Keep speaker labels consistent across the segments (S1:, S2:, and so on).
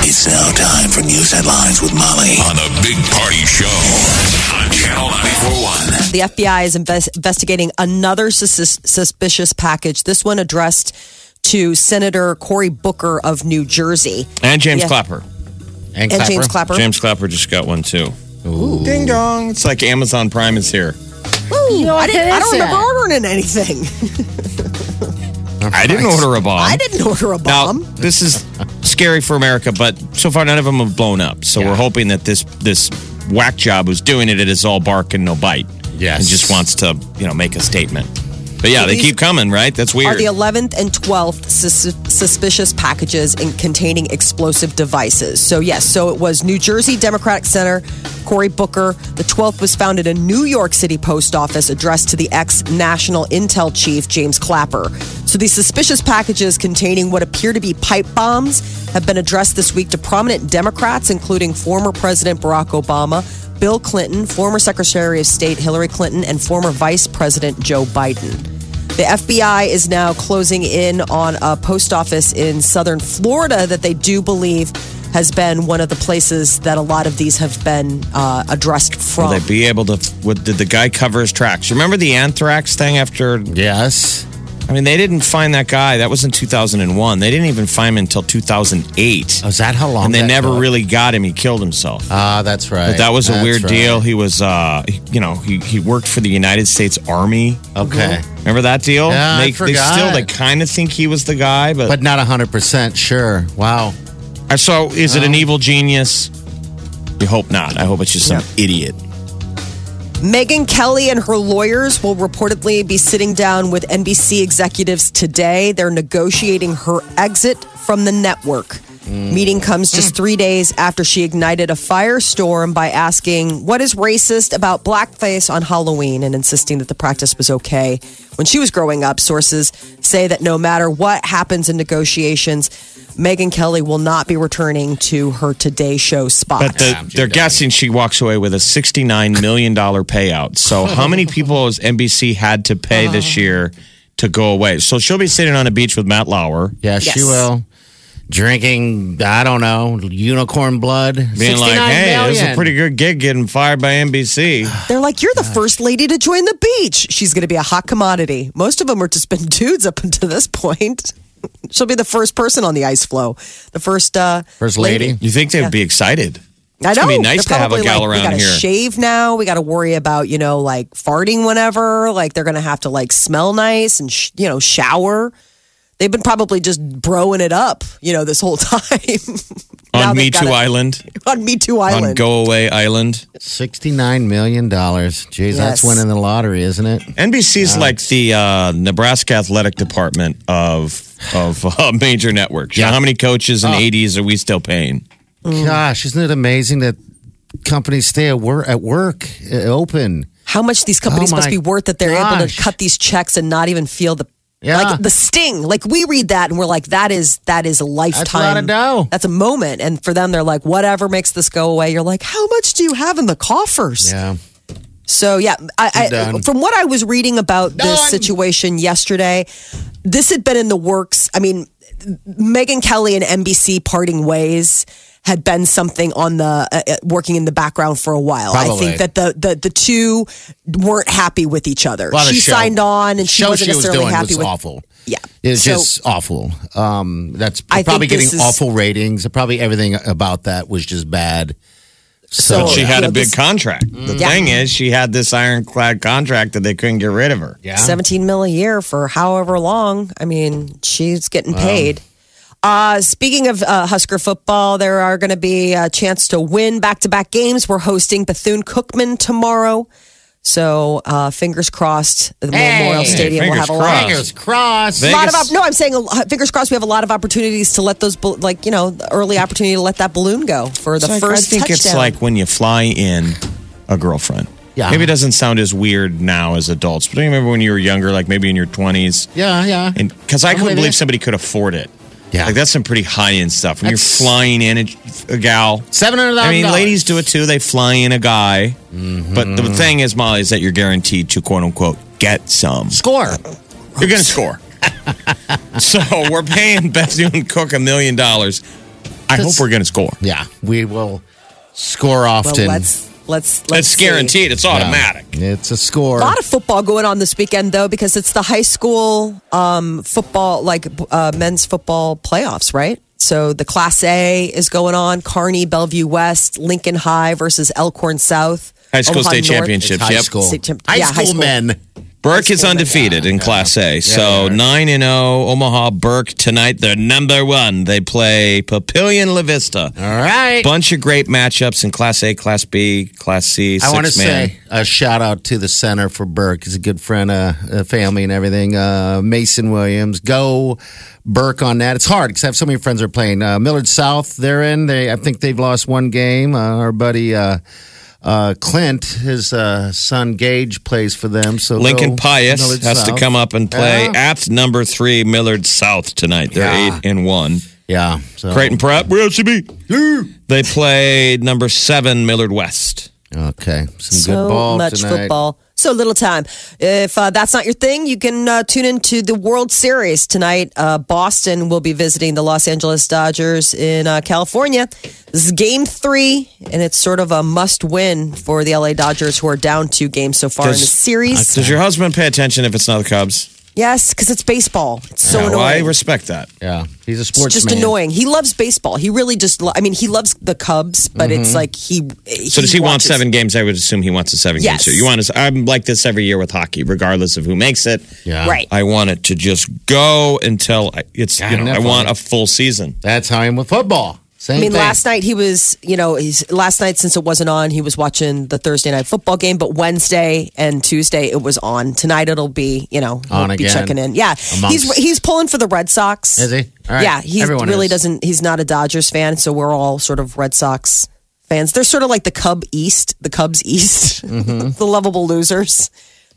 S1: It's now time for news headlines with Molly on the Big Party Show on Channel 941.
S2: The FBI is inves- investigating another sus- suspicious package, this one addressed to Senator Cory Booker of New Jersey.
S3: And James
S2: Yeah.
S3: Clapper.
S4: And,
S2: And James Clapper.
S3: James Clapper just got one too. Ding dong. It's like Amazon Prime is here.
S2: Oh, I, didn't, I don't
S4: Listen.
S2: remember ordering anything.
S3: I didn't order a bomb.
S2: I didn't order a
S3: Now,
S2: bomb.
S3: this is scary for America, but so far none of them have blown up. So we're hoping that this this whack job who's doing it, it is all bark and no bite.
S4: Yes.
S3: And just wants to, you know, make a statement. But yeah,
S2: So
S3: they
S2: these
S3: keep coming, right? That's weird.
S2: Are the 11th and 12th sus- suspicious packages in containing explosive devices? So, yes, so it was New Jersey Democratic Center, Cory Booker. The 12th was found at a New York City post office addressed to the ex National Intel Chief, James Clapper. So, these suspicious packages containing what appear to be pipe bombs have been addressed this week to prominent Democrats, including former President Barack Obama. Bill Clinton, former Secretary of State Hillary Clinton, and former Vice President Joe Biden. The FBI is now closing in on a post office in southern Florida that they do believe has been one of the places that a lot of these have been uh, addressed from.
S3: Will they be able to? Would, did the guy cover his tracks? Remember the anthrax thing after?
S4: Yes.
S3: I mean, they didn't find that guy. That was in 2001. They didn't even find him until 2008.
S4: Oh, is that how long?
S3: and they
S4: that
S3: never
S4: took?
S3: really got him. He killed himself.
S4: Ah, that's right.
S3: But that was a
S4: That's
S3: weird
S4: right.
S3: deal. He was, uh, he- you know, he, he worked for the United States Army. Mm-hmm.
S4: Okay.
S3: Remember that deal?
S4: Yeah, I
S3: they, they
S4: forgot.
S3: still they kind of think he was the guy, but,
S4: But not 100% sure. Wow.
S3: I so is it an evil genius? You hope not. I hope it's just some idiot.
S2: Megan Kelly and her lawyers will reportedly be sitting down with NBC executives today. They're negotiating her exit from the network. Meeting comes just three days after she ignited a firestorm by asking, What is racist about blackface on Halloween? and insisting that the practice was okay. When she was growing up, sources say that no matter what happens in negotiations, Megan Kelly will not be returning to her Today Show spot.
S3: But the, they're guessing she walks away with a sixty-nine million dollar payout. So how many people has NBC had to pay this
S2: Uh-huh.
S3: year to go away? So she'll be sitting on a beach with Matt Lauer,
S4: Yeah, she
S2: Yes.
S4: will. Drinking, I don't know, unicorn blood.
S3: being like,
S4: 69
S3: "Hey, this is a
S4: million."
S3: pretty good gig getting fired by NBC."
S2: They're like, you're the first lady to join the beach. She's going to be a hot commodity. Most of them are just been dudes up until this point. She'll be the first person on the ice flow. The first uh,
S4: First lady.
S3: You think they'd be excited?
S2: I
S3: It's
S2: know.
S3: gonna be nice
S2: They're
S3: to have a
S2: probably
S3: gal
S2: like,
S3: around
S2: we gotta
S3: here."
S2: Shave now. We got to worry about you know like farting whenever. Like they're going to have to like smell nice and sh- you know shower. They've been probably just broing it up you know this whole time. Now
S3: on Me
S2: they've
S3: Too
S2: gotta-
S3: Island,
S2: On Me Too Island.
S3: on Go Away Island.
S4: $69 million. Jeez, that's
S2: Yes.
S4: winning the lottery, isn't it?
S3: NBC's like the uh, Nebraska athletic department of of uh, major networks. You know,
S4: Yeah.
S3: how many coaches
S2: Oh.
S3: in the '80s are we still paying?
S2: Mm.
S4: Gosh, isn't it amazing that companies stay at work, at work uh, open?
S2: how much these companies
S4: Oh
S2: must
S4: my
S2: be worth that they're able to
S4: gosh.
S2: cut these checks and not even feel the
S4: Yeah.
S2: like the sting. Like we read that and we're like, that is that is a lifetime.
S4: lot of dough.
S2: That's a moment. And for them, they're like, whatever makes this go away. You're like, how much do you have in the coffers?
S4: Yeah.
S2: So yeah, I, I
S4: done.
S2: from what I was reading about this situation yesterday, this had been in the works. I mean, Megan Kelly and NBC parting ways had been something on the uh, uh, working in the background for a while. I
S4: Probably.
S2: think that the, the the two weren't happy with each other.
S4: Well, the
S2: She
S4: show-
S2: signed on, and she
S4: show
S2: wasn't
S4: she was
S2: necessarily
S4: doing
S2: happy
S4: was
S2: with.
S4: awful.
S2: Yeah.
S4: It's
S2: So-
S4: just awful. Um, that's
S2: I think
S4: probably
S2: this
S4: getting
S2: is-
S4: awful ratings. Probably everything about that was just bad. So,
S3: But she
S2: yeah.
S3: had
S2: You
S3: a
S2: know,
S3: big
S2: this- Mm.
S3: contract. The
S2: Yeah.
S3: thing is, she had this ironclad contract that they couldn't get rid of her.
S4: yeah.
S2: 17 mil a year for however long. I mean, she's getting paid. Uh, speaking of uh, Husker football, there are going to be a chance to win back to back games. We're hosting Bethune Cookman tomorrow. So uh, fingers crossed, the Memorial Stadium will
S3: fingers
S2: have a lot.
S3: crossed.
S4: Fingers crossed.
S3: They-
S2: A lot of
S3: Vegas-
S2: op- no, I'm saying uh, fingers crossed. We have a lot of opportunities to let those, bal- like you know, the early opportunity to let that balloon go for the
S3: It's like-
S2: first
S3: I think
S2: touchdown.
S3: it's like when you fly in a girlfriend.
S4: Yeah.
S3: Maybe it doesn't sound as weird now as adults, but do you remember when you were younger, like maybe in your twenties?
S4: Yeah, yeah.
S3: And because I
S4: I'm
S3: couldn't
S4: with
S3: believe
S4: you.
S3: somebody could afford it.
S4: Yeah.
S3: Like that's some pretty high end stuff. When
S4: That's-
S3: you're flying in a, a gal,
S4: $700,000.
S3: I mean, ladies do it too. They fly in a guy, but
S2: Mm-hmm.
S3: the thing is, Molly, is that you're guaranteed to quote unquote get some.
S4: Score.
S3: You're gonna score. so we're paying Beth Newton Cook a million dollars. I hope
S4: That's-
S3: we're gonna score.
S4: Yeah, we will score
S2: well,
S4: often.
S2: let's let's let's
S3: That's
S2: see.
S3: guaranteed. It's
S4: Yeah.
S3: automatic.
S4: It's a score.
S2: A lot of football going on this weekend though, because it's the high school um, football, like uh, men's football playoffs, right? So the Class A is going on: Kearney, Bellevue West, Lincoln High versus Elkhorn South.
S3: High school
S2: Omaha
S3: state
S2: North.
S3: championships.
S4: It's high
S3: yep.
S4: school.
S2: State champ-
S4: high,
S2: yeah,
S4: school
S2: high school.
S4: men.
S3: Burke is undefeated in Class A. so
S4: they are.
S3: nine and zero Omaha Burke tonight. They're number one. They play Papillion La Vista.
S4: All right.
S3: Bunch of great matchups in Class A, Class B, Class C.
S4: I want to
S3: six man.
S4: say a shout out to the Center for Burke. He's a good friend, uh, uh, family, and everything. Uh, Mason Williams, go Burke on that. It's hard because I have so many friends that are playing. Uh, Millard South, they're in. They, I think they've lost one game. Uh, our buddy uh, uh, Clint, his uh, son Gage, plays for them. So
S3: Lincoln
S4: go
S3: Pius
S4: Millard
S3: has to
S4: South.
S3: come up and play
S4: Yeah.
S3: at number three Millard South tonight. They're
S4: Yeah.
S3: eight and one.
S4: Yeah, so.
S3: Uh-huh. Creighton Prep. Where else you be? They play number seven Millard West.
S4: Okay, some
S2: so
S4: good ball
S2: much
S4: tonight.
S2: football so little time if uh, that's not your thing you can uh, tune into the world series tonight uh, boston will be visiting the los angeles dodgers in uh, california this is game three and it's sort of a must win for the la dodgers who are down two games so far in the series
S3: Uh, Does your husband pay attention if it's not the Cubs?
S2: yes because it's baseball it's so
S3: Yeah, well, I
S2: annoying
S3: respect that.
S4: Yeah, he's a sports
S2: it's just annoying. He loves baseball. He really just. lo- I mean, he loves the Cubs, but it's like he.
S3: Mm-hmm. So does he want
S2: watches-
S3: seven games? I would assume he wants a seven
S2: Yes.
S3: game. So you want us? I'm like this every year with hockey, regardless of who makes it.
S4: Yeah.
S2: Right.
S3: I want it to just go until I, it's.
S4: Yeah,
S3: you know, I
S4: enough
S3: want a
S4: of it.
S3: full season.
S4: That's how I am with football. Same
S2: I mean,
S4: thing.
S2: last night he was, you know, he's, last night since it wasn't on, he was watching the Thursday night football game. But Wednesday and Tuesday it was on. Tonight it'll be, you know, he'll
S4: On
S2: be
S4: again.
S2: checking in. Yeah, he's
S4: Amongst-
S2: he's pulling for the Red Sox.
S4: Is he? All right.
S2: Yeah, he
S4: Everyone
S2: really
S4: is.
S2: doesn't. He's not a Dodgers fan, so we're all sort of Red Sox fans. They're sort of like the Cub East, the Cubs East, the lovable losers.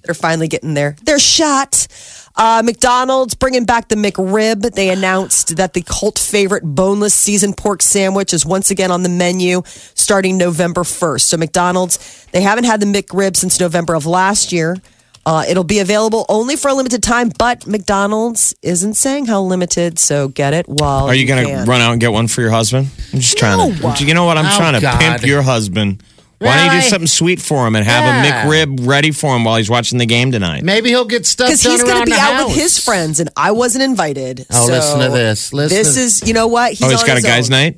S2: They're finally getting their their shot. Uh, McDonald's bringing back the McRib. They announced that the cult favorite boneless seasoned pork sandwich is once again on the menu starting November 1st. So, McDonald's, they haven't had the McRib since November of last year. Uh, it'll be available only for a limited time, but McDonald's isn't saying how limited, so get it while
S3: Are you
S2: going
S3: gonna
S2: to
S3: run out and get one for your husband? I'm just trying
S2: Oh, No.
S3: to. You know what? I'm
S4: Oh,
S3: trying to
S4: God.
S3: pimp your husband. Why don't you do
S4: Really?
S3: something sweet for him and have
S4: Yeah.
S3: a McRib ready for him while he's watching the game tonight?
S4: Maybe he'll get stuff
S2: Because
S4: done
S2: he's going to
S4: around
S2: be
S4: the
S2: out
S4: house.
S2: with his friends, and I wasn't invited.
S4: Oh,
S2: so
S4: listen to this. Listen
S2: this
S4: to-
S2: is, you know what? He's
S3: oh, he's
S2: on
S3: got a
S2: his
S3: guys'
S2: own.
S3: night.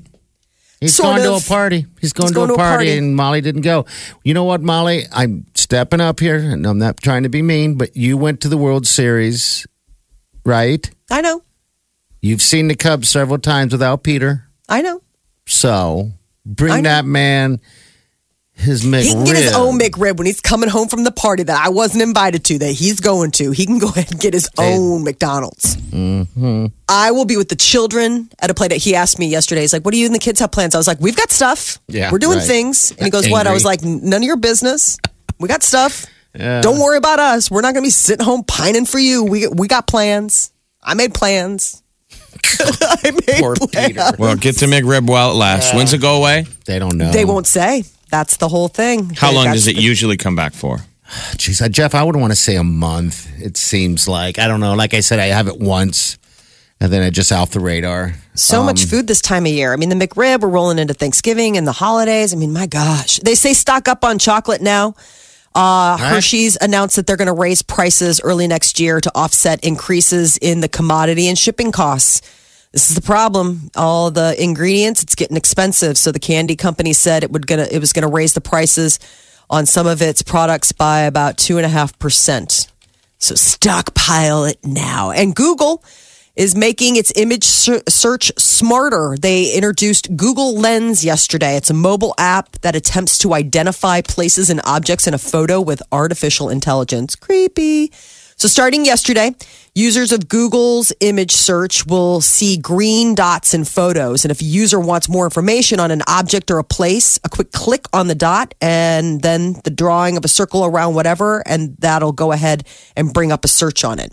S4: He's
S2: Sort
S4: going to
S2: of.
S4: a party. He's going,
S2: He's going
S4: to, a, party, and Molly didn't go. You know what, Molly? I'm stepping up here, and I'm not trying to be mean, but you went to the World Series, right?
S2: I know.
S4: You've seen the Cubs several times without Peter,
S2: I know.
S4: so
S2: I
S4: bring
S2: know.
S4: that man his McRib.
S2: He can get his own McRib when he's coming home from the party that I wasn't invited to, that he's going to. He can go ahead and get his own McDonald's.
S4: Mm-hmm.
S2: I will be with the children at a play that he asked me yesterday. He's like, What do you and the kids have plans? I was like, We've got stuff.
S4: Yeah,
S2: We're doing
S4: right.
S2: things. And he goes, What? I
S4: Angry.
S2: was like, None of your business. We got stuff. Don't worry about us. We're not going to be sitting home pining for you. We, we got plans. I made plans. I made
S4: Poor
S2: plans.
S4: Peter.
S3: Well, get the McRib while it lasts. When's it go away?
S4: They don't know.
S2: They won't say. That's the whole thing.
S3: How long
S2: That's
S3: does it
S2: the-
S3: usually come back for?
S4: Jeez, I- Jeff, I would want to say a month. It seems like I don't know. Like I said, I have it once, and then I just off the radar.
S2: So much food this time of year. I mean, the McRib, we're rolling into Thanksgiving and the holidays. I mean, my gosh. They say stock up on chocolate now. Uh, Hershey's announced that they're going to raise prices early next year to offset increases in the commodity and shipping costs. This is the problem. All the ingredients, it's getting expensive. So the candy company said it would gonna it was gonna raise the prices on some of its products by about two and a half percent. So stockpile it now. And Google is making its image ser- search smarter. They introduced Google Lens yesterday. It's a mobile app that attempts to identify places and objects in a photo with artificial intelligence. Creepy. So, starting yesterday, users of Google's image search will see green dots in photos. And if a user wants more information on an object or a place, a quick click on the dot and then the drawing of a circle around whatever, and that'll go ahead and bring up a search on it.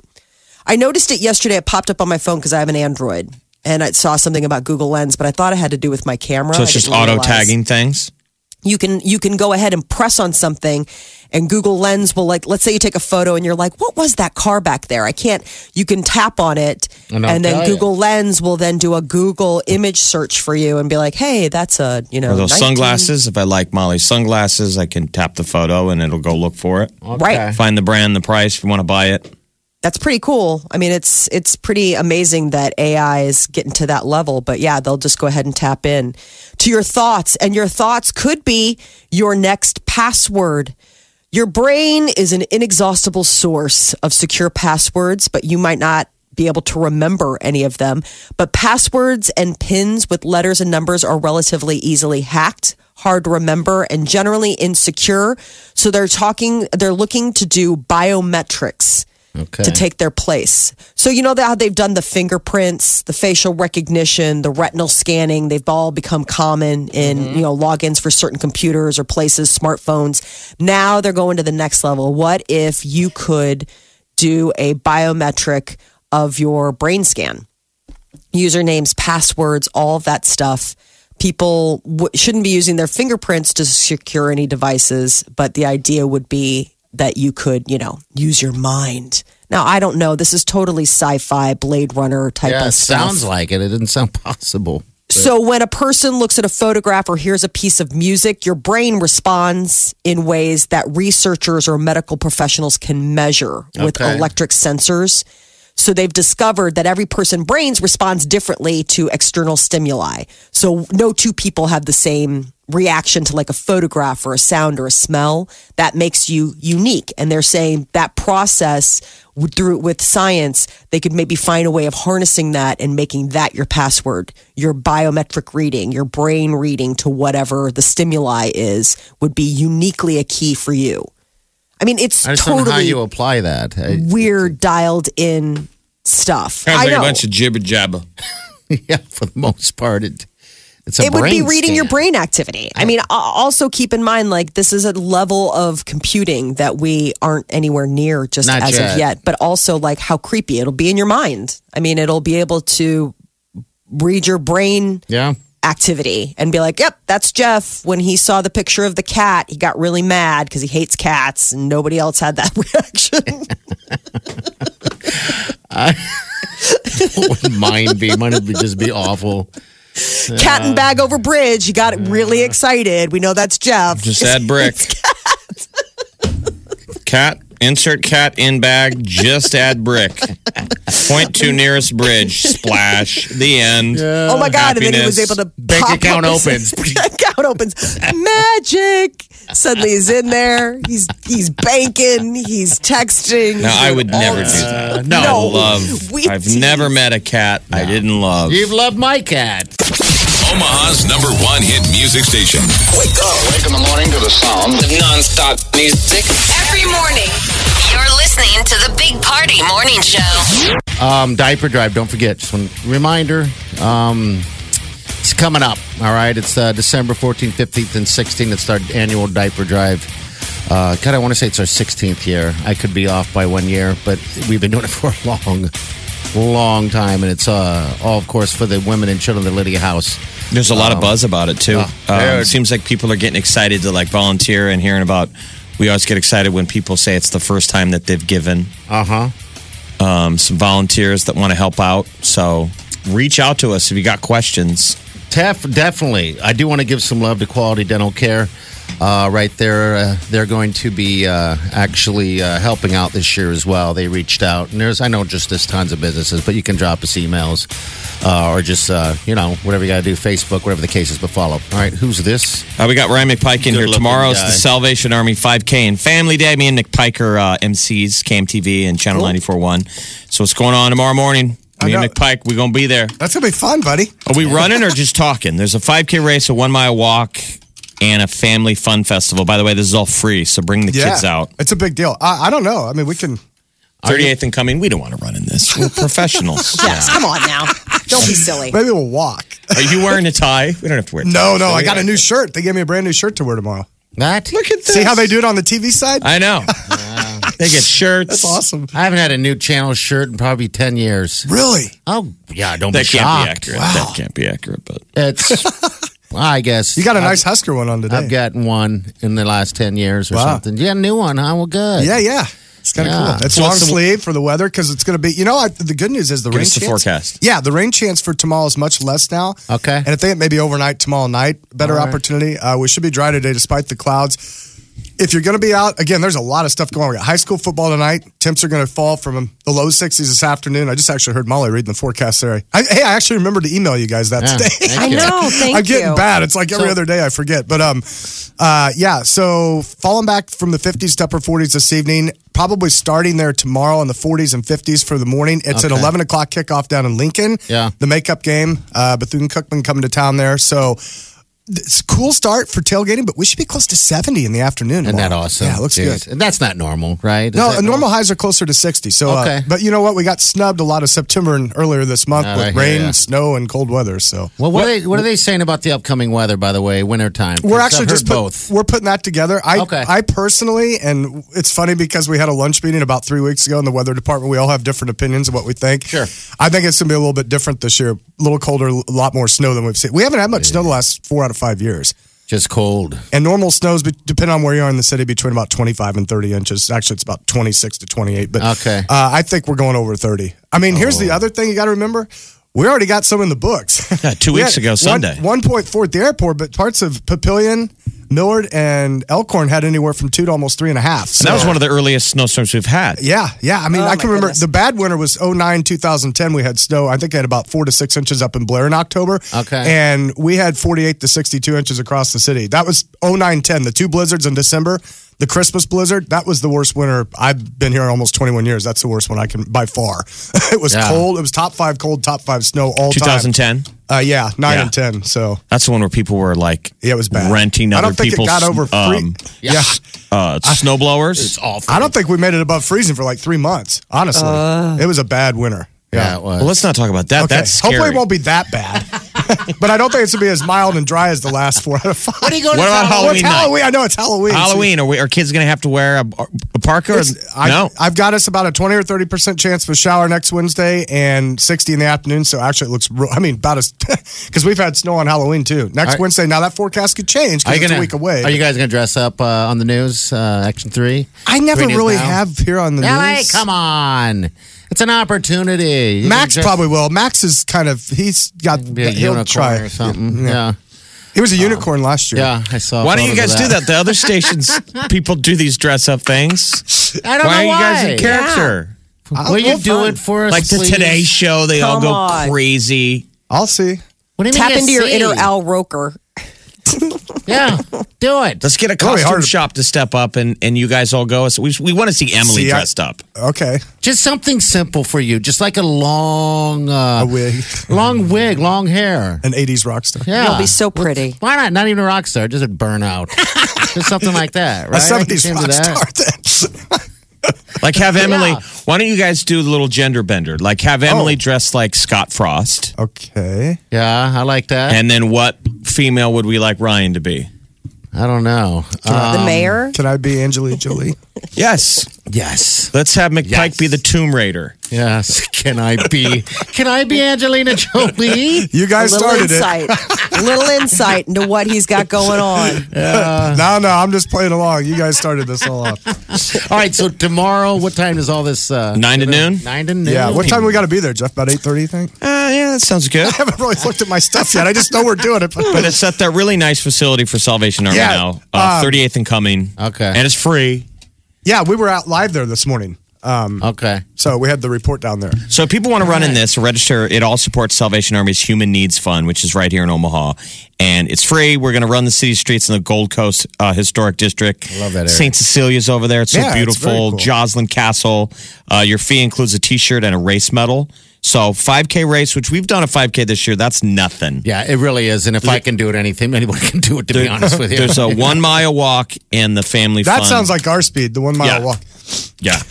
S2: I noticed it yesterday. It popped up on my phone because I have an Android and I saw something about Google Lens, but I thought it had to do with my camera.
S3: So it's
S2: I
S3: just
S2: didn't
S3: auto
S2: realize.
S3: tagging things.
S2: You can you can go ahead and press on something, and Google Lens will like. Let's say you take a photo and you're like, "What was that car back there?" I can't. You can tap on it, and,
S4: And I'll
S2: then
S4: tell you.
S2: Google Lens will then do a Google image search for you and be like, "Hey, that's a you know
S3: Or those
S2: 19
S3: sunglasses. If I like Molly's sunglasses, I can tap the photo and it'll go look for it.
S2: Right.
S3: Find the brand, the price if you want to buy it.
S2: that's pretty cool. I mean, it's it's pretty amazing that AI is getting to that level. But yeah, they'll just go ahead and tap in to your thoughts, and your thoughts could be your next password. Your brain is an inexhaustible source of secure passwords, but you might not be able to remember any of them. But passwords and pins with letters and numbers are relatively easily hacked, hard to remember, and generally insecure. So they're talking, they're looking to do biometrics
S4: Okay.
S2: to take their place. So you know that how they've done the fingerprints, the facial recognition, the retinal scanning. They've all become common in you know logins for certain computers or places, smartphones. Now they're going to the next level. What if you could do a biometric of your brain scan? usernames, passwords, all of that stuff. People w- shouldn't be using their fingerprints to secure any devices, but the idea would be that you could, you know, use your mind. Now, I don't know. This is totally sci fi, Blade Runner type
S4: Yeah,
S2: of
S4: it
S2: stuff.
S4: sounds like it. It didn't sound possible.
S2: So when a person looks at a photograph or hears a piece of music, your brain responds in ways that researchers or medical professionals can measure with
S4: Okay.
S2: electric sensors. So they've discovered that every person's brains responds differently to external stimuli. So no two people have the same reaction to like a photograph or a sound or a smell that makes you unique and they're saying that process w- through with science they could maybe find a way of harnessing that and making that your password your biometric reading your brain reading to whatever the stimuli is would be uniquely a key for you i mean it's
S4: I just don't know how
S2: totally
S4: you apply that. I-
S2: weird dialed in stuff
S3: Sounds
S2: i
S3: like
S2: know
S3: a bunch of jibber jabber.
S4: yeah, for the most part, it, it's a
S2: it would be
S4: brain
S2: reading your
S4: scan.
S2: brain activity. I mean, a- also keep in mind, like, this is a level of computing that we aren't anywhere near just
S4: Not
S2: as of
S4: yet.
S2: yet, but also, like, how creepy it'll be in your mind. I mean, it'll be able to read your brain
S4: Yeah.
S2: activity and be like, yep, that's Jeff. When he saw the picture of the cat, he got really mad because he hates cats and nobody else had that reaction.
S4: What would mine be? Mine would be, just be awful.
S2: cat and bag over bridge. He got really excited. We know that's Jeff.
S3: Just add brick. cat. Insert cat in bag. Just add brick. Point to nearest bridge. Splash. The end.
S2: Oh my god! And then he was
S3: Happiness.
S2: able to
S4: Bank
S2: pop
S4: account
S2: up his-
S4: opens.
S2: account opens. Magic. Suddenly he's in there. He's he's banking. He's texting.
S3: Now I would
S2: All
S3: never do
S2: this-
S3: that.
S4: Uh,
S3: I
S4: no.
S3: love.
S2: We
S3: I've
S2: tease.
S3: never met a cat I didn't love.
S4: You've loved my cat.
S1: Omaha's number one hit music station.
S5: Wake up. Wake in the morning to the sound of non-stop music.
S6: Every morning, you're listening to the Big Party Morning Show.
S4: Um, diaper drive. Don't forget. Just one reminder. Um, it's coming up. All right. It's uh, December 14th, 15th, and 16th. It's our annual diaper drive. Uh, God, I want to say it's our 16th year. I could be off by one year, but we've been doing it for a long, long time. And it's uh, all, of course, for the women and children of the Lydia House.
S3: There's a lot
S4: Oh.
S3: of buzz about it too. um,
S4: dude.
S3: it seems like people are getting excited to like volunteer and hearing about. We always get excited when people say it's the first time that they've given.
S4: Uh huh.
S3: Um, some volunteers that want to help out. So reach out to us if you got questions.
S4: Tef, definitely. I do want to give some love to Quality Dental Care. Uh, right there, uh, they're going to be uh, actually uh, helping out this year as well. They reached out, and there's I know just there's tons of businesses, but you can drop us emails uh, or just uh, you know whatever you got to do, Facebook, whatever the case is. But follow. All right, who's this?
S3: Uh, we got Ryan McPike in here.
S4: Good-looking
S3: Tomorrow's
S4: guy.
S3: the Salvation Army 5K and Family Day. Me and Nick Pike are uh, MCs, KMTV and Channel 94.1. So what's going on tomorrow morning? Me and
S7: know.
S3: McPike, we're gonna be there.
S7: That's gonna be fun, buddy.
S3: Are we running or just talking? There's a 5K race, a one mile walk, and a family fun festival. By the way, this is all free, so bring the
S7: Yeah,
S3: kids out.
S7: It's a big deal. I, I don't know. I mean, we can.
S3: 38th and coming. We don't want to run in this. We're professionals.
S2: Yes, come on now. Don't be silly.
S7: Maybe we'll walk.
S3: Are you wearing a tie? We don't have to wear.
S7: No,
S3: ties,
S7: no.
S3: do
S7: I
S3: we?
S7: got a new shirt. They gave me a brand new shirt to wear tomorrow.
S4: That?
S3: Look at this.
S7: See how they do it on the TV side?
S3: I know. They get shirts.
S7: That's awesome.
S4: I haven't had a new channel shirt in probably 10 years.
S7: Really?
S4: Oh, yeah, don't
S3: That
S4: be
S3: can't be
S4: shocked.
S3: accurate. That can't be accurate. But
S4: It's, I guess.
S7: You got a nice Husker one on today.
S4: I've gotten one in the last 10 years or
S7: Wow.
S4: something. You got a new one, huh? Well, good.
S7: yeah, yeah. It's kind of
S4: Yeah.
S7: cool. It's
S3: So
S7: long
S3: what's the-
S7: sleeve for the weather because it's going to be. You know, I, the good news is the
S3: Give
S7: rain
S3: us the
S7: chance-
S3: forecast.
S7: Yeah, the rain chance for tomorrow is much less now.
S4: Okay.
S7: and I think it may be overnight tomorrow night. Better opportunity. Uh, we should be dry today despite the clouds. If you're going to be out again, there's a lot of stuff going on. We got high school football tonight. Temps are going to fall from um, the low 60s this afternoon. I just actually heard Molly reading the forecast there. I, hey, I actually remembered to email you guys that
S4: Yeah,
S7: today.
S4: thank
S2: I
S4: you.
S2: know. Thank
S7: I'm getting
S2: you.
S7: bad. It's like every other day I forget. But um, uh, yeah. So falling back from the 50s to upper 40s this evening. Probably starting there tomorrow in the 40s and 50s for the morning. It's an
S4: Okay.
S7: 11 o'clock kickoff down in Lincoln.
S4: Yeah.
S7: The makeup game. Uh, Bethune Cookman coming to town there. So. It's a cool start for tailgating, but we should be close to 70 in the afternoon.
S4: Isn't that
S7: tomorrow.
S4: awesome?
S7: Yeah, it looks
S4: Jeez.
S7: good.
S4: And that's not normal, right? Is
S7: No,
S4: that
S7: normal, highs are closer to 60. So, uh,
S4: Okay.
S7: but you know what? We got snubbed a lot of September and earlier this month
S4: Nah, I
S7: with
S4: hear
S7: rain,
S4: ya.
S7: snow, and cold weather. So,
S4: Well, what, are they, what are they saying about the upcoming weather? By the way, wintertime.
S7: We're actually just put-
S4: both.
S7: we're putting that together. I
S4: Okay.
S7: I personally, and it's funny because we had a lunch meeting about three weeks ago in the weather department. We all have different opinions of what we think.
S4: Sure.
S7: I think it's gonna be a little bit different this year. A little colder, a lot more snow than we've seen. We haven't had much snow the last four out of five years.
S4: Just cold.
S7: And normal snows, be- depending on where you are in the city, between about 25 and 30 inches. Actually, it's about 26 to 28. But
S4: Okay. Oh.
S7: uh, I think we're going over 30. I mean, here's the other thing you got to remember. We already got some in the books.
S3: Yeah, two
S7: We
S3: weeks
S7: had
S3: ago,
S7: one-
S3: Sunday.
S7: 1.4 at the airport, but parts of Papillion, Millard, and Elkhorn had anywhere from two to almost three and a half.
S3: and
S7: So,
S3: that was one of the earliest snowstorms we've had.
S7: yeah, yeah. I mean,
S2: Oh,
S7: I
S2: my
S7: can remember
S2: goodness.
S7: the bad winter was 09, 2010. We had snow. I think I had about four to six inches up in Blair in October.
S4: Okay.
S7: And we had 48 to 62 inches across the city. That was 09, 10. The two blizzards in December, the Christmas blizzard, that was the worst winter. I've been here almost 21 years. That's the worst one I can, by far. it was
S4: Yeah.
S7: cold. It was top five cold, top five snow all time.
S3: 2010.
S7: Uh, yeah, nine
S3: Yeah.
S7: and ten. So
S3: That's the one where people were like,
S7: yeah, it was bad.
S3: renting
S7: I
S3: other
S7: don't think
S3: people's
S7: it got over. Free-
S3: um,
S7: yeah.
S3: uh, snow blowers.
S4: awful.
S7: I don't think we made it above freezing for like three months. Honestly,
S4: Uh.
S7: it was a bad winter.
S4: Yeah, it was.
S3: Well, let's not talk about that.
S7: Okay.
S3: That's scary.
S7: Hopefully, it won't be that bad. but I don't think it's gonna be as mild and dry as the last four out of five. What,
S3: What about Halloween?
S7: it's
S3: night?
S7: Halloween. I know it's Halloween.
S3: Halloween. Are, we, are kids going to have to wear a, a parka? Or,
S7: It's- I,
S3: no.
S7: I've got us about a twenty or thirty percent chance of a shower next Wednesday and sixty in the afternoon. So actually, it looks. Real, I mean, about as because we've had snow on Halloween too. Next
S4: Are-
S7: Wednesday. Now that forecast could change
S4: Are
S7: because
S4: you
S7: it's
S4: gonna,
S7: a week away.
S4: Are you guys going to dress up uh, on the news? Uh, Action three.
S7: I never
S4: Three News
S7: really
S4: Now?
S7: have here on the
S4: LA,
S7: news.
S4: come on! It's an opportunity. You
S7: Max
S4: can dress-
S7: probably will. Max is kind of he's got
S4: be a
S7: he'll
S4: unicorn
S7: try.
S4: or something. Yeah, yeah. Oh.
S7: He was a unicorn last year.
S4: I saw.
S3: Why don't you guys
S4: photos of
S3: do that? The other stations, people do these dress up things.
S4: I don't
S3: why
S4: know
S3: are you guys
S4: why.
S3: in character?
S4: Will you do it for us?
S3: Like the
S4: please?
S3: Today Show, they all
S2: Come
S3: go
S2: on.
S3: crazy.
S7: I'll see.
S4: What do you mean
S2: Tap
S4: you
S2: into your
S4: see?
S2: inner Al Roker.
S4: Yeah, do it.
S3: Let's get a
S7: Probably
S3: costume
S7: hard to-
S3: shop to step up, and, and you guys all go. So we, we want to see Emily
S7: See, I-
S3: dressed up.
S7: Okay.
S4: Just something simple for you, just like a long, uh,
S7: A wig.
S4: long wig, long hair.
S7: An 80s rock star.
S4: Yeah,
S2: You'll be so pretty.
S4: Why not? Not even a rock star, just a burnout, just something like that,
S7: A
S4: right? I could
S7: 70s
S4: change
S7: rock
S4: that.
S7: star. Then.
S3: Like have Emily.
S4: Yeah.
S3: Why don't you guys do the little gender bender? Like have Emily
S7: Oh.
S3: dressed like Scott Frost,
S7: okay.
S4: Yeah, I like that.
S3: and then what female would we like Ryan to be?
S4: I don't know. Uh,
S7: Um,
S2: the mayor.
S7: Can I be Angelina Jolie?
S3: Yes,
S4: yes,
S3: let's have McPike
S4: Yes.
S3: be the Tomb Raider.
S4: yes. Can I be? Can I be Angelina Jolie?
S7: You
S2: A
S7: guys
S2: little
S7: started it.
S2: insight. A little insight into what he's got going on.
S7: No, no, I'm just playing along. You guys started this all off.
S4: All right. So tomorrow, what time is all this? Uh,
S3: Nine to noon?
S4: Nine to noon.
S7: Yeah. What time we got to be there, Jeff? About 8.30, you think? I
S3: Uh, yeah, that sounds good.
S7: haven't really looked at my stuff yet. I just know we're doing it.
S3: But it's at that really nice facility for Salvation Army
S7: Yeah,
S3: now, uh,
S7: um,
S3: 38th and Coming.
S4: Okay.
S3: And it's free.
S7: yeah, we were out live there this morning. Um,
S4: Okay.
S7: so we had the report down there.
S3: So if people want to run in this, register. It all supports Salvation Army's Human Needs Fund, which is right here in Omaha. And it's free. We're going to run the city streets in the Gold Coast uh, Historic District.
S4: love that area.
S3: St. Cecilia's over there. It's so
S7: Yeah, it's
S3: beautiful.
S7: very cool.
S3: Joslin Castle. Uh, your fee includes a t shirt and a race medal. So 5K race, which we've done a 5K this year, that's nothing.
S4: Yeah, it really is. And if I can do it, anything anyone can do it. To be honest with you,
S3: There's a one mile walk and the family
S7: That
S3: fun.
S7: sounds like our speed, the one mile
S3: Yeah.
S7: walk.
S3: yeah.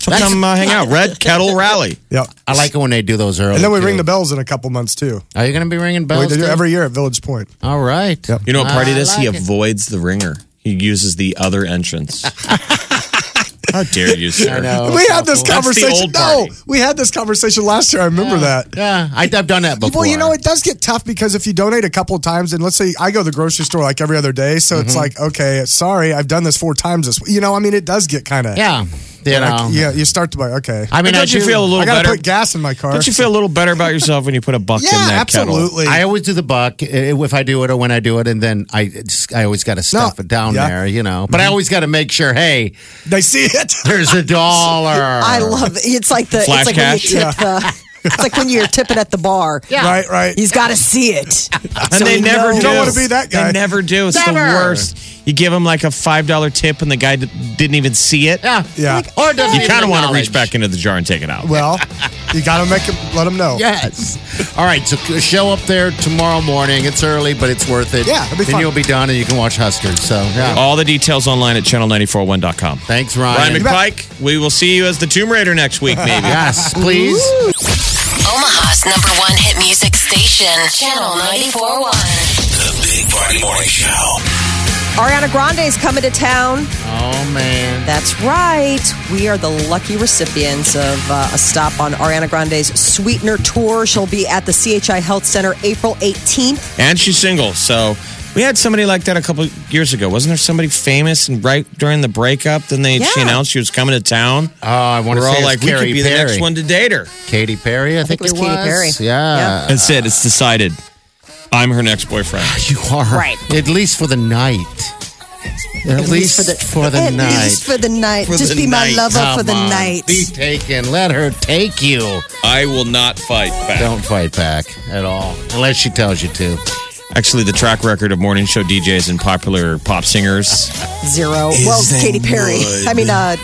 S3: So come uh, hang out, Red Kettle Rally.
S7: Yeah.
S4: I like it when they do those early.
S7: And then we
S4: too.
S7: ring the bells in a couple months too.
S4: Are you going to be ringing
S7: We
S4: bells
S7: do
S4: too?
S7: every year at Village Point.
S4: All right.
S3: You know what part of
S4: I
S3: this? he
S4: like it.
S3: avoids the ringer. He uses the other entrance. How dare you, sir?
S4: I know.
S7: we had
S3: That's
S4: Awful.
S7: this
S3: the
S7: conversation.
S3: old
S7: No,
S3: party.
S7: we had this conversation last year. I remember that.
S4: Yeah, I, I've done that before.
S7: Well, you know, it does get tough because if you donate a couple times, and let's say I go to the grocery store like every other day, so
S4: Mm-hmm.
S7: it's like, okay, sorry, I've done this four times this. You know, I mean, it does get kind of
S4: Yeah, you know.
S7: yeah, you start to buy. Okay,
S4: I mean,
S3: But
S4: I
S3: don't you
S4: do-
S3: feel a little
S7: I got to
S3: better?
S7: put gas in my car.
S3: Don't you feel a little better about yourself when you put a buck
S7: yeah,
S3: in that kettle?
S7: absolutely.
S4: I always do the buck i- if I do it or when I do it, and then I just, I always got to stuff it down
S7: yeah. Mm-hmm.
S4: there, you know. But I always got to make sure. Hey,
S7: they see it.
S4: there's a dollar.
S3: Uh,
S2: I love it. It's like the
S3: Flash
S2: it's like when you
S3: cash?
S2: tip the it's like when you're tipping at the bar. Yeah.
S7: Right, right.
S2: He's got to see it.
S3: And
S2: So
S3: they
S2: he knows.
S3: never do.
S7: You don't wanna be that guy.
S3: They never do. It's the
S4: Never.
S3: worst. You give them like a five dollar tip, and the guy d- didn't even see it.
S4: Yeah,
S7: Yeah.
S4: Or it doesn't
S3: You
S4: even
S3: kind of want to reach
S4: acknowledge.
S3: back into the jar and take it out.
S7: well, you got to make them let them know.
S4: Yes. All right. So show up there tomorrow morning. It's early, but it's worth it.
S7: Yeah, it'll be
S4: Then
S7: fun.
S4: you'll be done, and you can watch Huskers. So yeah.
S3: All the details online at channel941.com.
S4: Thanks,
S3: Ryan
S4: Ryan.
S3: McPike, we will see you as the Tomb Raider next week, maybe.
S4: yes, please.
S6: Omaha's number one hit music station, Channel 94.1.
S1: The Big Party Morning Show.
S2: Ariana Grande's coming to town.
S4: Oh man.
S2: That's right. We are the lucky recipients of uh, a stop on Ariana Grande's Sweetener tour. She'll be at the CHI Health Center April 18th.
S3: and she's single. So we had somebody like that a couple years ago, wasn't there? Somebody famous and right during the breakup, then they she
S2: Yeah.
S3: announced she was coming to town.
S4: Oh, I want to
S3: We're
S4: say
S3: all
S4: it's
S3: like, we
S4: Carrie
S3: could be
S4: Perry.
S3: the next one to date her.
S4: Katy Perry, I, think,
S2: it was Katy Perry.
S4: Yeah.
S3: That's it. It's decided. I'm her next boyfriend.
S4: You are
S2: Right.
S4: At least for the night. At, least, for the,
S2: at
S4: night.
S2: least for the night.
S3: For
S2: Just
S3: the
S2: be
S3: night.
S2: my lover for
S4: Come
S2: the
S4: on,
S2: night.
S4: Be taken. Let her take you.
S3: I will not fight back.
S4: Don't fight back at all, unless she tells you to.
S3: Actually, the track record of morning show DJs and popular pop singers,
S2: Zero. Well,
S3: Isn't
S2: Katy Perry. I mean, uh,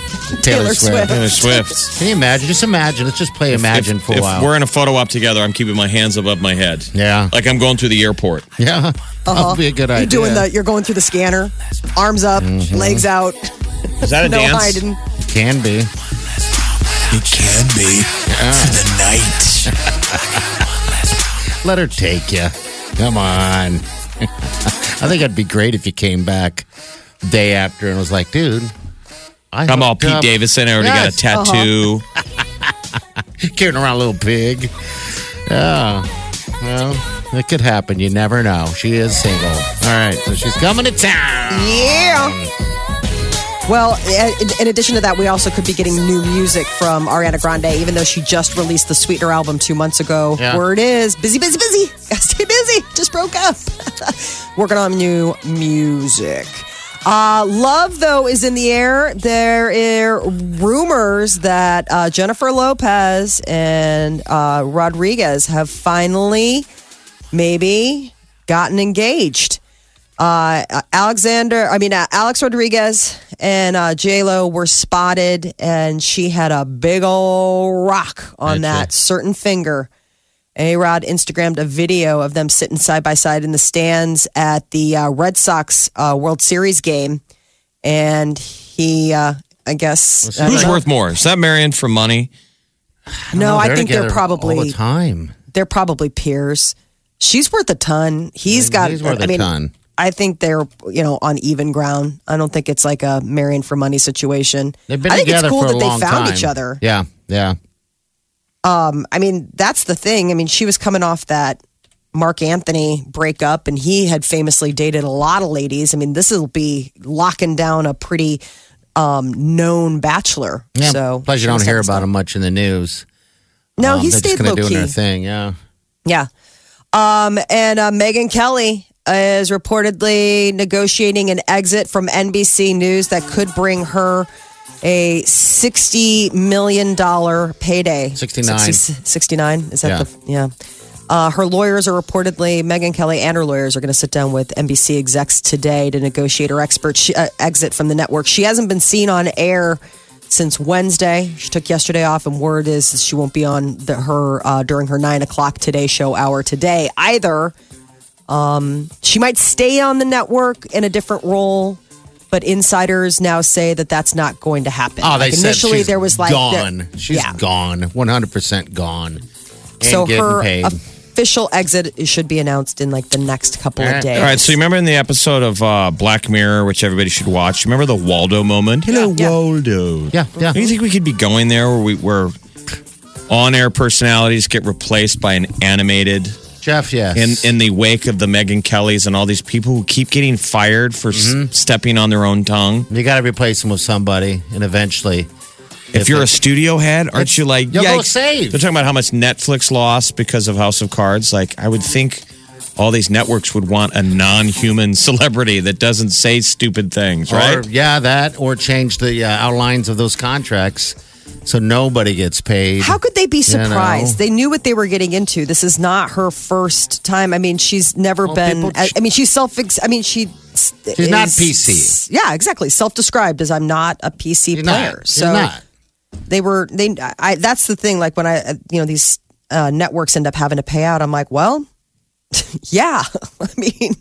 S2: Taylor,
S4: Taylor Swift.
S2: Swift.
S3: Taylor Swift.
S4: Can you imagine? Just imagine. Let's just play imagine
S3: if,
S4: for a
S3: if
S4: while.
S3: we're in a photo op together, I'm keeping my hands above my head.
S4: Yeah.
S3: Like I'm going through the airport.
S4: yeah, that'll be a good
S2: Oh, You're
S4: idea.
S2: Uh-huh.
S4: Mm-hmm.
S2: doing the. You're going through the scanner, arms up, legs out.
S3: Is that a
S2: no
S3: dance?
S2: hiding.
S4: Can be.
S1: It can be for the night.
S4: Let her take you. Come on. I think it'd be great if you came back day after and was like, dude. I
S3: I'm all
S4: hooked
S3: Pete
S4: up-
S3: Davidson. I already
S4: Yes. uh-huh.
S3: got a tattoo.
S4: carrying around a little pig. Yeah. Well, it could happen. You never know. She is single. All right. So she's coming to town.
S2: Yeah. Well, in- in addition to that, we also could be getting new music from Ariana Grande, even though she just released the Sweetener album two months ago.
S4: Yeah.
S2: Word is busy, busy, busy. Gotta stay busy. Just broke up. Working on new music. Uh, love, though, is in the air. There are rumors that uh, Jennifer Lopez and uh, Rodriguez have finally, maybe, gotten engaged uh, Alexander, I mean, uh, Alex Rodriguez and uh, Lo were spotted, and she had a big old rock on that certain finger. A Rod Instagrammed a video of them sitting side by side in the stands at the uh, Red Sox uh, World Series game, and he, uh, I guess, I don't
S3: Who's
S2: know.
S3: worth more? Is that Marion from Money?
S2: No,
S4: Oh,
S2: I think they're
S4: together
S2: probably
S4: all the time.
S2: they're probably peers. She's worth a ton. He's got.
S4: he's worth
S2: I
S4: a
S2: mean,
S4: ton.
S2: I think they're you know on even ground. I don't think it's like a marrying for money situation.
S4: They've been
S2: I think
S4: together
S2: it's cool
S4: for a
S2: that
S4: long
S2: they found
S4: time.
S2: each other.
S4: Yeah, yeah.
S2: I mean, that's the thing. I mean, she was coming off that Mark Anthony breakup, and he had famously dated a lot of ladies. I mean, this will be locking down a pretty um, known bachelor.
S4: yeah.
S2: so
S4: Plus, you
S2: she
S4: don't
S2: was
S4: hear
S2: having
S4: about
S2: stuff.
S4: him much in the news.
S2: No,
S4: Um,
S2: he
S4: they're
S2: stayed
S4: just kinda
S2: low
S4: doing
S2: key.
S4: their thing. Yeah.
S2: Yeah. Um, and uh, Megan Kelly is reportedly negotiating an exit from NBC News that could bring her a $60 million payday.
S4: 69.
S2: 60 69? Is that
S4: Yeah.
S2: the. Yeah. Uh, her lawyers are reportedly, Megan Kelly and her lawyers are going to sit down with NBC execs today to negotiate her expert she, uh, exit from the network. She hasn't been seen on air since Wednesday. She took yesterday off, and word is she won't be on the, her uh, during her nine o'clock Today Show hour today either. Um, she might stay on the network in a different role, but insiders now say that that's not going to happen.
S4: Oh, they
S2: Like,
S4: said
S2: initially
S4: she's
S2: there was like
S4: gone.
S2: there-
S4: she's
S2: yeah.
S4: gone, one hundred percent gone. And
S2: So
S4: getting
S2: her uh,
S4: paid.
S2: official exit should be announced in like the next couple of days.
S3: All right, so you remember in the episode of uh, Black Mirror, which everybody should watch, remember the Waldo moment? Hello,
S2: Yeah.
S3: Waldo.
S4: yeah, yeah.
S3: Do you think we could be going there where we where on-air personalities get replaced by an animated
S4: Jeff, yes.
S3: in in the wake of the Megan Kellys and all these people who keep getting fired for s- stepping on their own tongue?
S4: you got to replace him with somebody, and eventually,
S3: If, you're a studio head, aren't you like
S4: You'll go
S3: yikes.
S4: save.
S3: They're talking about how much Netflix lost because of House of Cards. Like I would think all these networks would want a non-human celebrity that doesn't say stupid things, right?
S4: Or, yeah, that or change the uh, outlines of those contracts so nobody gets paid.
S2: How could they be
S4: You know?
S2: surprised? They knew what they were getting into. This is not her first time. I mean, she's never
S4: Well,
S2: been.
S4: people-
S2: I, I mean, she's self. I mean, she. She's
S4: She's not PC.
S2: Yeah, exactly. Self-described as I'm not a PC
S4: You're not.
S2: player.
S4: You're
S2: So
S4: not.
S2: they were. They. I. That's the thing. Like when I, uh, you know, these uh, networks end up having to pay out. I'm like, well, yeah. I mean,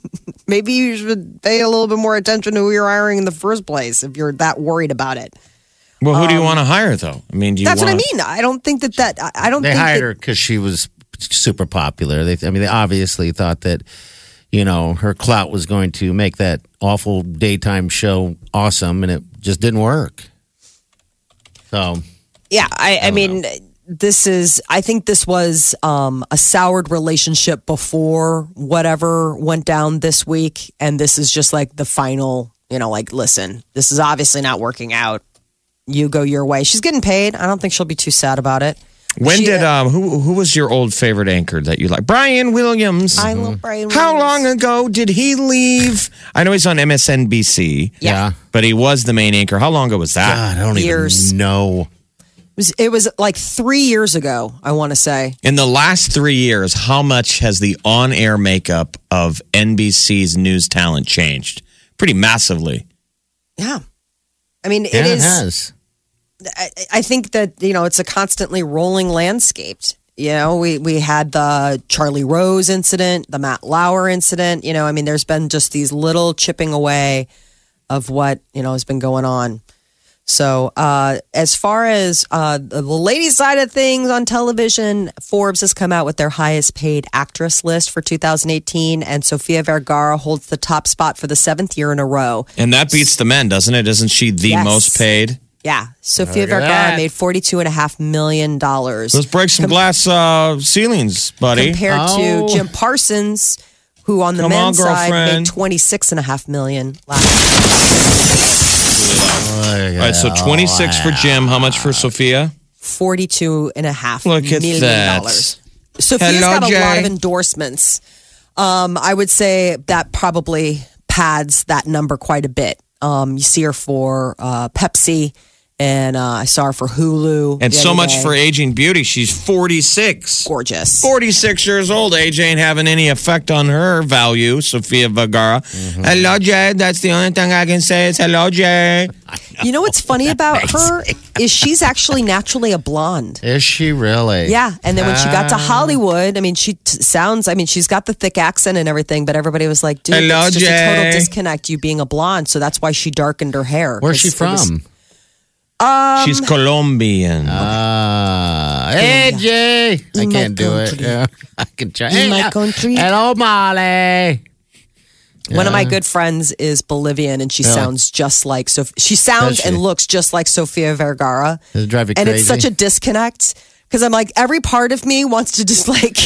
S2: maybe you should pay a little bit more attention to who you're hiring in the first place if you're that worried about it.
S3: Well, who do you want to hire though? I mean, do you
S2: That's
S3: wanna,
S2: what I mean. I don't think that that. I I don't.
S4: they
S2: think
S4: hired
S2: that-
S4: her because she was super popular. They, I mean, they obviously thought that you know her clout was going to make that awful daytime show awesome, and it just didn't work. So
S2: Yeah, I, I, mean, this is. I think this was um, a soured relationship before whatever went down this week, and this is just like the final. You know, like listen, this is obviously not working out. You go your way. She's getting paid. I don't think she'll be too sad about it.
S3: When
S2: She-
S3: did um who who was your old favorite anchor that you like? Brian Williams.
S2: I love Brian.
S3: How
S2: Williams.
S3: long ago did he leave? I know he's on MSNBC,
S4: yeah,
S3: but he was the main anchor. How long ago was that?
S4: God, I don't
S2: Years.
S4: even know.
S2: It was, it was like three years ago. I want to say.
S3: In the last three years, how much has the on-air makeup of NBC's news talent changed? Pretty massively.
S2: Yeah. I mean,
S4: Yeah,
S2: it is.
S4: has.
S2: I, I think that you know it's a constantly rolling landscape. You know, we we had the Charlie Rose incident, the Matt Lauer incident. You know, I mean, there's been just these little chipping away of what you know has been going on. So, uh, as far as uh, the lady side of things on television, Forbes has come out with their highest paid actress list for 2018, and Sofia Vergara holds the top spot for the seventh year in a row.
S3: And that beats the men, doesn't it? Isn't she the
S2: Yes.
S3: most paid?
S2: Yeah, Sofia
S4: Look at
S2: Vergara
S4: that.
S2: made forty-two and a half million dollars
S3: Let's break some glass uh, ceilings, buddy.
S2: compared
S4: Oh.
S2: to Jim Parsons, who on the
S3: Come on,
S2: men's side made
S3: girlfriend.
S2: twenty-six and a half million last.
S3: All right, so 26 for Jim. How much for Sophia?
S2: Forty-two and a half
S3: Look at
S2: million
S3: that.
S2: dollars. Sophia's
S3: Hello,
S2: got a lot
S3: Jay.
S2: of endorsements. Um, I would say that probably pads that number quite a bit. Um, you see her for uh, Pepsi, and uh, I saw her for Hulu,
S3: And
S2: the
S3: so
S2: other
S3: much
S2: day.
S3: for aging beauty. She's 46.
S2: gorgeous.
S3: 46 years old. AJ ain't having any effect on her value, Sophia Vergara. Hello, Jay. That's the only thing I can say is hello, Jay.
S2: You know what's funny about her is she's actually naturally a blonde.
S4: Is she really?
S2: Yeah, and then when she
S4: Ah.
S2: got to Hollywood, I mean, she t- sounds. I mean, she's got the thick accent and everything, but everybody was like, "Dude,
S3: Hello,
S2: it's just a total
S3: Jay.
S2: disconnect. You being a blonde, so that's why she darkened her hair."
S4: Where's she
S2: 'Cause it was-
S4: from?
S3: She's Colombian.
S4: Uh, hey, Jay. I
S2: In my
S4: can't do it.
S2: country.
S4: Yeah. I can try.
S2: In my
S4: Hey, uh,
S2: country.
S4: Hello, Molly.
S2: One of my good friends is Bolivian, and she sounds just like so. She sounds
S4: Does she?
S2: and looks just like Sofia Vergara,
S4: Does it drive you
S2: and
S4: crazy?
S2: it's such a disconnect because I'm like, every part of me wants to just like.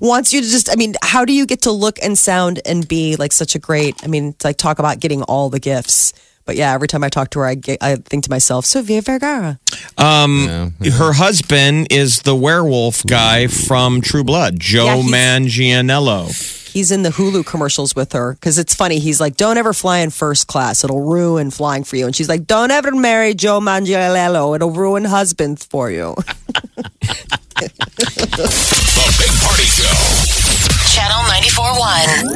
S2: Wants you to just, I mean, how do you get to look and sound and be like such a great? I mean, it's like talk about getting all the gifts, but yeah, every time I talk to her, I get, I think to myself, Sofia Vergara.
S3: Um, Her husband is the werewolf guy from True Blood, Joe
S2: he's-
S3: Manganiello.
S2: He's in the Hulu commercials with her because it's funny. He's like, "Don't ever fly in first class; it'll ruin flying for you." And she's like, "Don't ever marry Joe Manganiello; it'll ruin husbands for you."
S1: The Big Party Show.
S6: Channel 94.1.